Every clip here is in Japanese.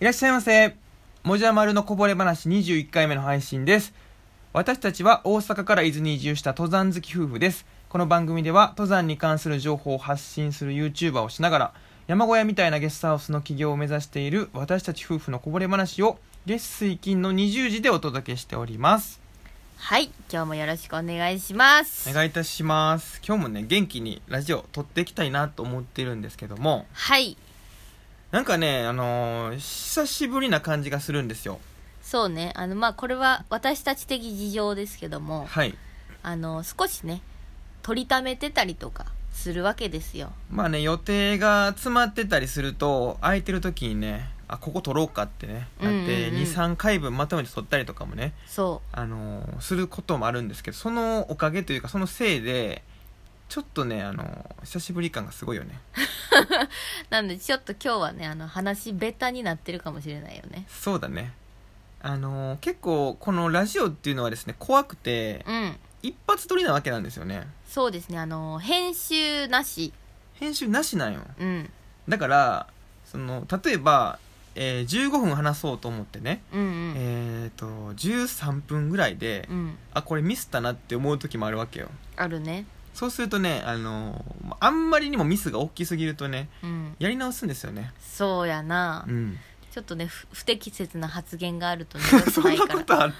いらっしゃいませ。もじゃ丸のこぼれ話21回目の配信です。私たちは大阪から伊豆に移住した登山好き夫婦です。この番組では登山に関する情報を発信する YouTuber をしながら、山小屋みたいなゲストハウスの起業を目指している私たち夫婦のこぼれ話を月水金の20時でお届けしております。はい今日もよろしくお願いしますお願いいたします。今日もね、元気にラジオ撮っていきたいなと思ってるんですけども、はいなんかね、あのー久しぶりな感じがするんですよ。そうねあのまあこれは私たち的事情ですけどもはい。あの少しね取りためてたりとかするわけですよまあね予定が詰まってたりすると空いてる時にねあここ取ろうかってねなってうんうんうん23回分まとめて取ったりとかもね、そあのーすることもあるんですけどそのおかげというかそのせいでちょっとね、あのー久しぶり感がすごいよねうなのでちょっと今日はねあの話ベタになってるかもしれないよねそうだねあのー結構このラジオっていうのはですね怖くてうん一発撮りなわけなんですよねそうですねあの編集なし編集なしなんようんだからその例えば、えー15分話そうと思ってねうんうんえー、と13分ぐらいで、うんあこれミスったなって思う時もあるわけよあるねそうするとねあのーあんまりにもミスが大きすぎるとねうんやり直すんですよねそうやな、うんちょっとねふ不適切な発言があるとね良く そなんいなからことあっ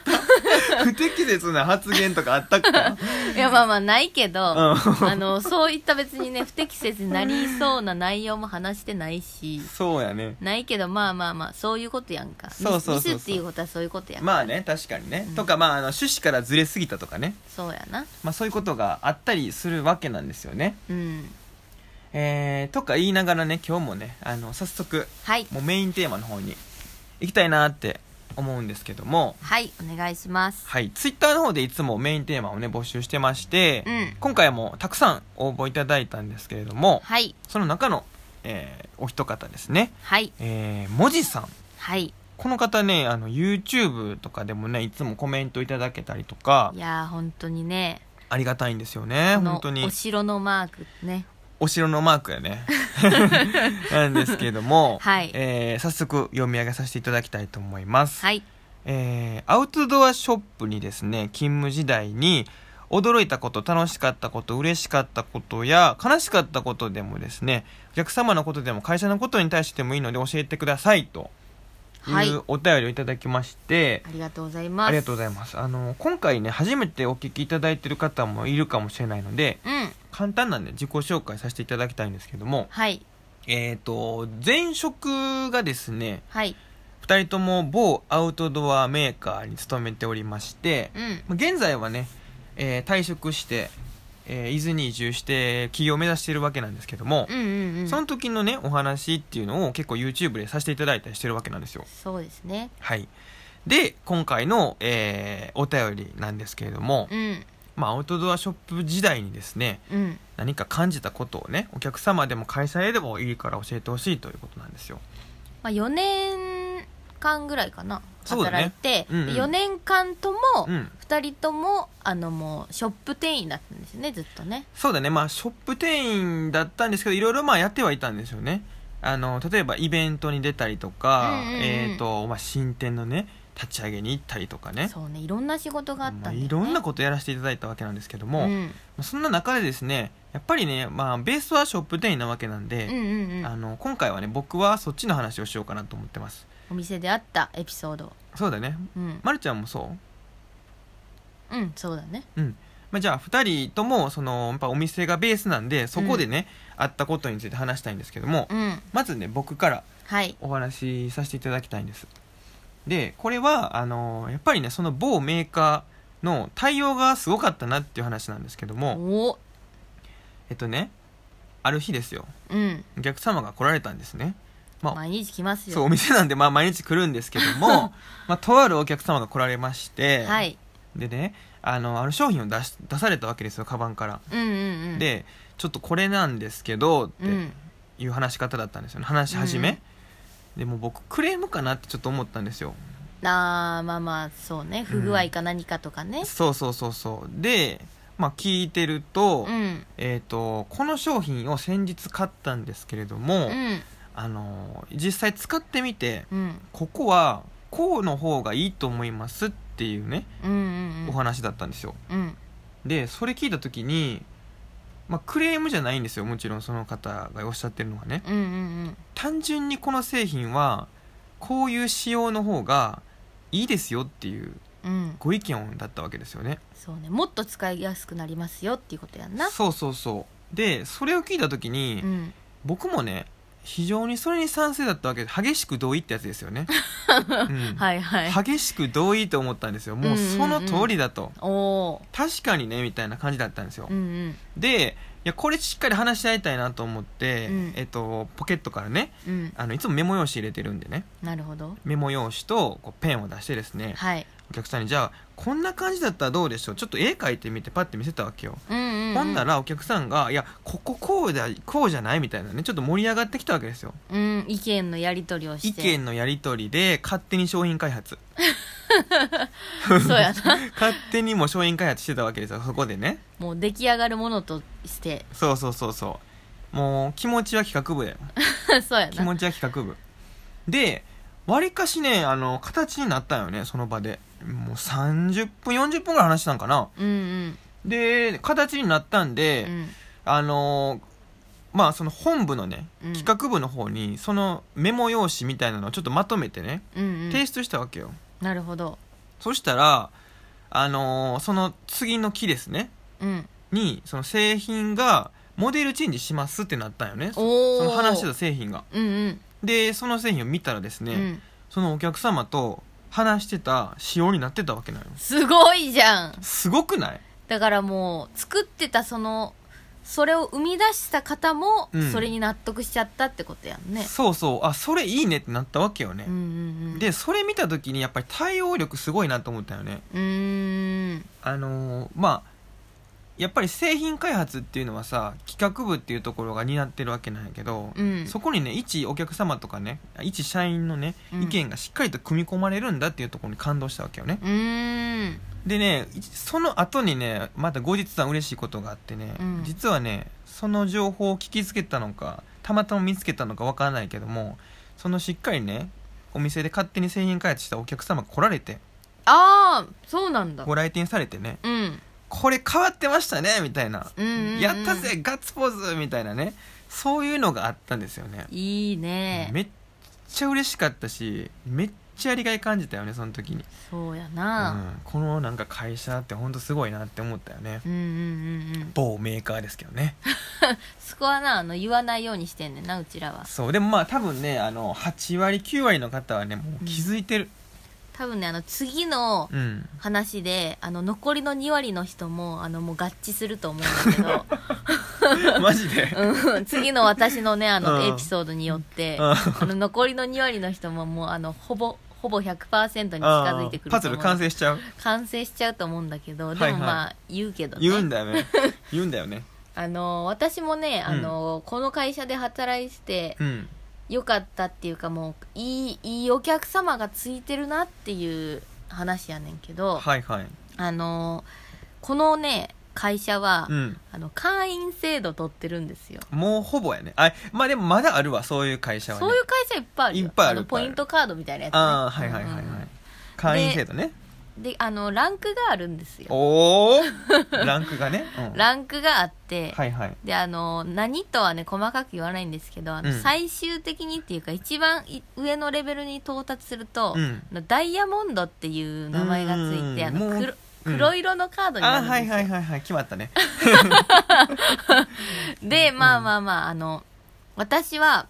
た 不適切な発言とかあったかいやまあまあないけど、う あの そういった別にね不適切になりそうな内容も話してないしんそうやねないけどまあまあまあそういうことやんかミスそうそうそうそうミスっていうことはそういうことやんまあね確かにね、うんとかまああの趣旨からずれすぎたとかね、そうやなまあ、そういうことがあったりするわけなんですよねうんえー、とか言いながらね今日もねあの早速はいもうメインテーマの方に行きたいなって思うんですけどもはいお願いしますはい、ツイッターの方でいつもメインテーマをね募集してまして、うん今回もたくさん応募いただいたんですけれども、はいその中の、えーお一方ですね、はいえー、もじさんはいこの方ねあの YouTube とかでもねいつもコメントいただけたりとかいやー本当にねありがたいんですよねこの本当にお城のマークねお城のマークや ねなんですけれども、はいえー早速読み上げさせていただきたいと思います、はいえーアウトドアショップにですね勤務時代に驚いたこと楽しかったこと嬉しかったことや悲しかったことでもですねお客様のことでも会社のことに対してもいいので教えてくださいといはいうお便りをいただきまして、ありがとうございますありがとうございますあの今回ね初めてお聞きいただいてる方もいるかもしれないのでうん簡単なんで自己紹介させていただきたいんですけどもはいえっ、と前職がですねはい2人とも某アウトドアメーカーに勤めておりましてうんまあ現在はね、えー退職して、えー伊豆に移住して起業を目指しているわけなんですけどもう、んうんうんその時のねお話っていうのを結構 YouTube でさせていただいたりしてるわけなんですよそうですねはいで今回の、えーお便りなんですけれども、うんまあ、アウトドアショップ時代にですねうん何か感じたことをねお客様でも会社へでもいいから教えてほしいということなんですよまあ、4年間ぐらいかなそうだね働いて、うんうん4年間ともうん2人ともあのもうショップ店員だったんですよねずっとねそうだねまあショップ店員だったんですけどいろいろまあやってはいたんですよねあの例えばイベントに出たりとか、うんうんうんえっ、と、まあ、新店のね立ち上げに行ったりとかねそうねいろんな仕事があったんだまあ、よね、いろんなことやらせていただいたわけなんですけども、うん、うまんあそんな中でですねやっぱりね、まあ、ベースはショップ店員なわけなんうんで、うんあの今回はね僕はそっちの話をしようかなと思ってますお店であったエピソードそうだねうん、まるちゃんもそううん、そうだねまあ、じゃあ2人ともそのやっぱお店がベースなんでそこでね、あったことについて話したいんですけども、うんまずね僕からはいお話しさせていただきたいんですでこれはあのやっぱりねその某メーカーの対応がすごかったなっていう話なんですけどもおえっとねある日ですようんお客様が来られたんですねあ毎日来ますよそうお店なんでまあ毎日来るんですけど もまあとあるお客様が来られまして、はいでねあのある商品を出し出されたわけですよカバンから、うんうんうんでちょっとこれなんですけどっうてんいう話し方だったんですよね話し始め、でもう僕クレームかなってちょっと思ったんですよあーまあまあそうね不具合か何かとかねそうそうそうそうで、まあ、聞いてると,、うんえー、とこの商品を先日買ったんですけれども、うんあの実際使ってみてうんここはこうの方がいいと思いますっていうねうんうんうんお話だったんですようんでそれ聞いた時に、まあ、クレームじゃないんですよもちろんその方がおっしゃってるのはねうんうん単純にこの製品はこういう仕様の方がいいですよっていううんうんご意見だったわけですよねそうねもっと使いやすくなりますよっていうことやんなそうそうそうでそれを聞いた時に、うん僕もね非常にそれに賛成だったわけで激しく同意ってやつですよ ね、うんはいはい激しく同意と思ったんですよもうその通りだと、おお確かにねみたいな感じだったんですよー、うんでいやこれしっかり話し合いたいなと思って、うんえっと、ポケットからねうんうんあのいつもメモ用紙入れてるんでねなるほどメモ用紙とこうペンを出してですねはいお客さんにじゃあこんな感じだったらどうでしょうちょっと絵描いてみてパッて見せたわけよ、うんうんうんほんならお客さんが「いやこここうだこうじゃない?」みたいなねちょっと盛り上がってきたわけですようん意見のやり取りを意して見のやり取りで勝手に商品開発 そうやな 勝手にもう商品開発してたわけですよそこでねもう出来上がるものとして そうそうそうそうもう気持ちは企画部だよそうや気な持ちは企画部でわりかしねあの形になったよねその場でもう30分40分ぐらい話したんかなうんうんで形になったんうで、んあのまあその本部のねうん企画部の方にそのメモ用紙みたいなのをちょっとまとめてねうんう提ん出したわけよ、なるほどそしたらあのその次の木ですねうんにその製品がモデルチェンジしますってなったんよねそおそおの話してた製品がうんうんでその製品を見たらですうね、んそのお客様と話してた仕様になってたわけなのすごいじゃんすごくないだからもう作ってたそのそれを生み出した方もうんそれに納得しちゃったってことやんね、そうそうあそれいいねってなったわけよねうん、うんうんでそれ見た時にやっぱり対応力すごいなと思ったよねうーんあのーまあやっぱり製品開発っていうのはさ企画部っていうところが担ってるわけなんやけど、うんそこにね一お客様とかね一社員のねうん意見がしっかりと組み込まれるんだっていうところに感動したわけよねうーんでねいその後にねまた後日談嬉しいことがあってね、うん実はねその情報を聞きつけたのかたまたま見つけたのかわからないけどもそのしっかりねお店で勝手に製品開発したお客様が来られてああそうなんだご来店されてねうんこれ変わってましたねみたいな、うんうんうんやったぜガッツポーズみたいなねそういうのがあったんですよねいいねめっちゃ嬉しかったしめっちゃやりがい感じたよねその時に、そうやう、なんこのなんか会社ってほんとすごいなって思ったよねうんうんうんうん某メーカーですけどねそこはなあの言わないようにしてんねんなうちらはそうでもまあ多分ねあの8割9割の方はねもう気づいてる多分ねあの次のうん、 話であの残りの2割の人もあのもう合致すると思うんだけどマジで、 うん、次の私のねあのうんエピソードによって、うんあの残りの2割の人ももうあのほぼほぼ100%に近あづいてくーるパとズ思ルう完成しちゃう完成しちゃうと思うんだけどではいはもいまあ言うけどね、言うんだよね言うんだよねあの私もねあの、この会社で働いててうんよかったっていうかもういいいいお客様がついてるなっていう話やねんけど、はいはいあのこのね会社は、うんあの会員制度取ってるんですよもうほぼやねあまあでもまだあるわそういう会社はねそういう会社いっぱいあるよいっぱいあるのポイントカードみたいなやつ、ね、ああはいはいはいはい、うんうん会員制度ねうんであのランクがあるんですよおお ランクがね、うん、ランクがあって、はいはいであの何とはね細かく言わないんですけどあの、うん最終的にっていうか一番い上のレベルに到達すると、うんあのダイヤモンドっていう名前がついてうんあのもう黒うん黒色のカードになあるんーですよ、はいはいはいはい決まったねでまあまあまああの私は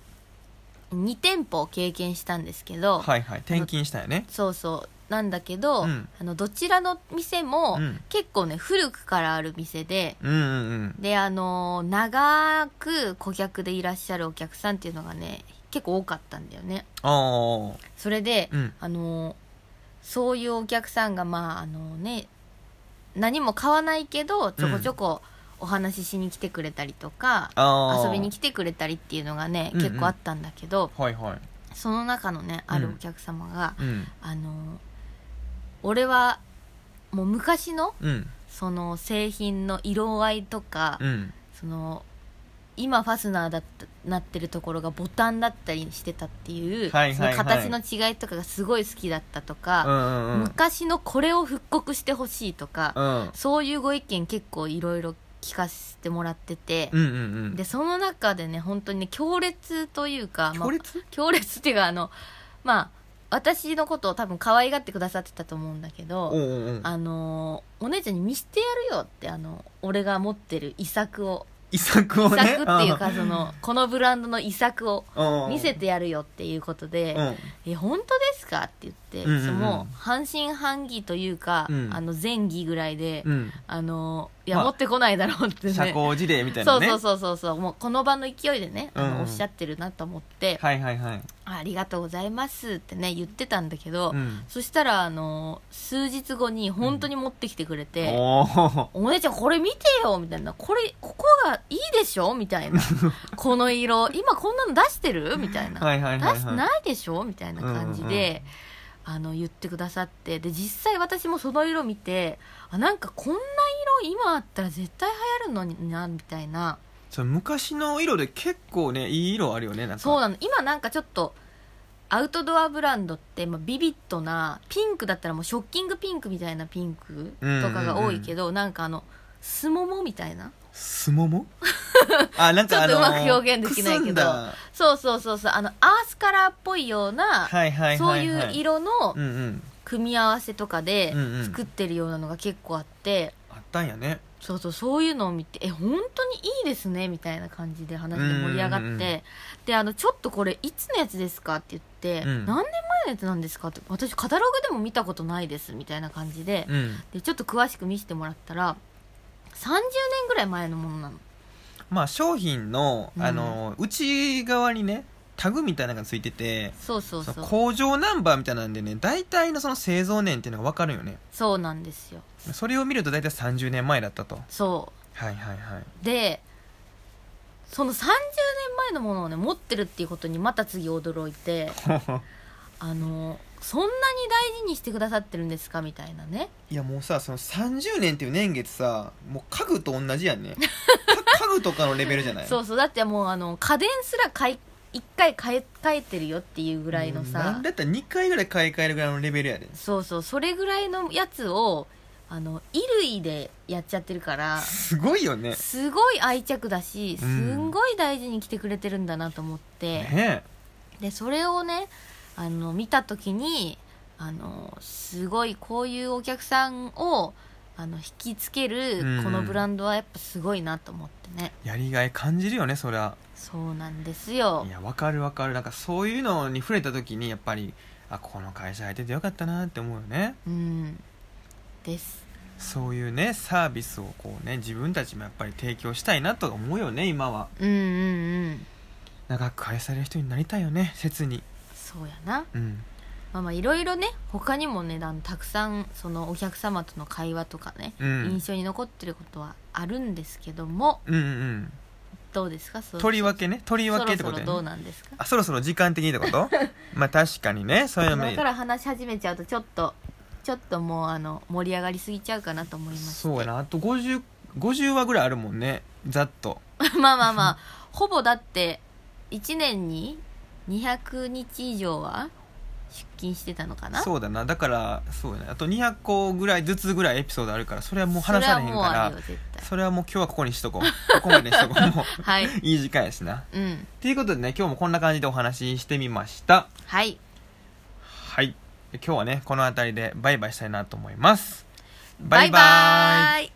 2店舗経験したんですけど、はいはい転勤したよねそうそうなんだけど、うんあのどちらの店もうん結構ね古くからある店でうんうんうんであのー長く顧客でいらっしゃるお客さんっていうのがね結構多かったんだよねああそれで、うんあのーそういうお客さんがまああのね何も買わないけどちょこちょこお話ししに来てくれたりとか、あー遊びに来てくれたりっていうのがねうんうん結構あったんだけど、はいはいその中のねあうるんお客様が、うんあの俺はもう昔のうんその製品の色合いとか、うんその今ファスナーだったなってるところがボタンだったりしてたっていう、はいはいはいその形の違いとかがすごい好きだったとうんか、うんうん昔のこれを復刻してほしいとか、うんそういうご意見結構いろいろ聞かせてもらってて、うんうんでその中でね本当にね強烈というか強烈まあ、強烈っていうかあのまあ私のことを多分可愛がってくださってたと思うんだけど、うんうんうんあのーお姉ちゃんに見せてやるよってあの俺が持ってる遺作を遺作遺を作ねっていうかそのこのブランドの遺作をうん見せてやるよっていうことでうんうん「え本当ですか?」って言って、うんうんうんそのもう半信半疑というか、うんあの前疑ぐらいで、うんあのーいや、まあ持ってこないだろうってね社交辞令みたいそなうねそうそうそうそうもうこの場の勢いでねあうんのおっしゃってるなと思って、はいはいはいありがとうございますってね言ってたんだけど、うんそしたらあの数日後に本当に持ってきてくれて、おーお姉ちゃんこれ見てよみたいなこれここがいいでしょみた いなこの色今こんなの出してるみたいな、はいはいはいはい出してないでしょみたいな感じで、あの言ってくださってで実際私もその色見てあなんかこんな色今あったら絶対流行るのになみたいなそれ昔の色で結構ねいい色あるよねなんかそうなの今なんかちょっとアウトドアブランドって、まあ、ビビッドなピンクだったらもうショッキングピンクみたいなピンクとかが多いけど、なんかあのすももみたいなすも もあなんかあのちょっとうまく表現できないけくすどんだそうそうそうそうあのアースカラーっぽいような、はいはいはい、はい、そういう色のうんうん組み合わせとかでうんうん作ってるようなのが結構あって、あったんやねそうそうそういうのを見てえ本当にいいですねみたいな感じで話で盛り上がって、うんうんうんであのちょっとこれいつのやつですかって言って、うん何年前のやつなんですかって私カタログでも見たことないですみたいな感じで,、うんでちょっと詳しく見せてもらったら30年ぐらい前のものなのまあ商品のうんあの、内側にねタグみたいなのがついててそうそうそそうそのう工場ナンバーみたいなんでね大体のその製造年っていうのが分かるよねなんですよそれを見ると大体30年前だったとそはいはいはいうでその30年前のものをね持ってるっていうことにまた次驚いてあのそんなに大事にしてくださってるんですかみたいなねいやもうさその30年っていう年月さもう家具と同じやん ねか家具とかのレベルじゃないそうそうだってもうあの家電すら買い一回買い替えてるよっていうぐぐらいのなさんだったら2回ぐらい買い替えるぐらいのレベルやでそうそうそれぐらいのやつをあの衣類でやっちゃってるからすごいよねすごい愛着だしすうんんごい大事に着てくれてるんだなと思って、ねでそれをねあの見た時にあのすごいこういうお客さんをあの引きつけうんるこのブランドはやっぱすごいなと思ってね、やりがい感じるよねそりゃそうなんですよいやわかるわかるなんかそういうのに触れた時にやっぱりあこの会社入っててよかったなって思うよねうんですそういうねサービスをこうね自分たちもやっぱり提供したいなと思うよね今はうんうんうん長く愛される人になりたいよね切にそうやなうんまあまあいろいろね他にもねあのたくさんそのお客様との会話とかね、うん印象に残ってることはあるんですけどもうんうんどうですかそとりわけねとりわけってことそろそやろどうねなんですかあそろそろ時間的にってこと まあ確かにねそういうのも今から話し始めちゃうとちょっとちょっともうあの盛り上がりすぎちゃうかなと思います そうやなあと5050話ぐらいあるもんねざっとまあまあま あほぼだって1年に200日以上は出勤してたのかなそうだなだからそうやなあと200個ぐらいずつぐらいエピソードあるからそれはもう話されへんそれはもうかあるよら絶対それはもう今日はここにしとこうここまでにしとこうもう はいいい時間やしなうんということでね今日もこんな感じでお話ししてみましたはいはい今日はねこの辺りでバイバイしたいなと思いますバイバーイ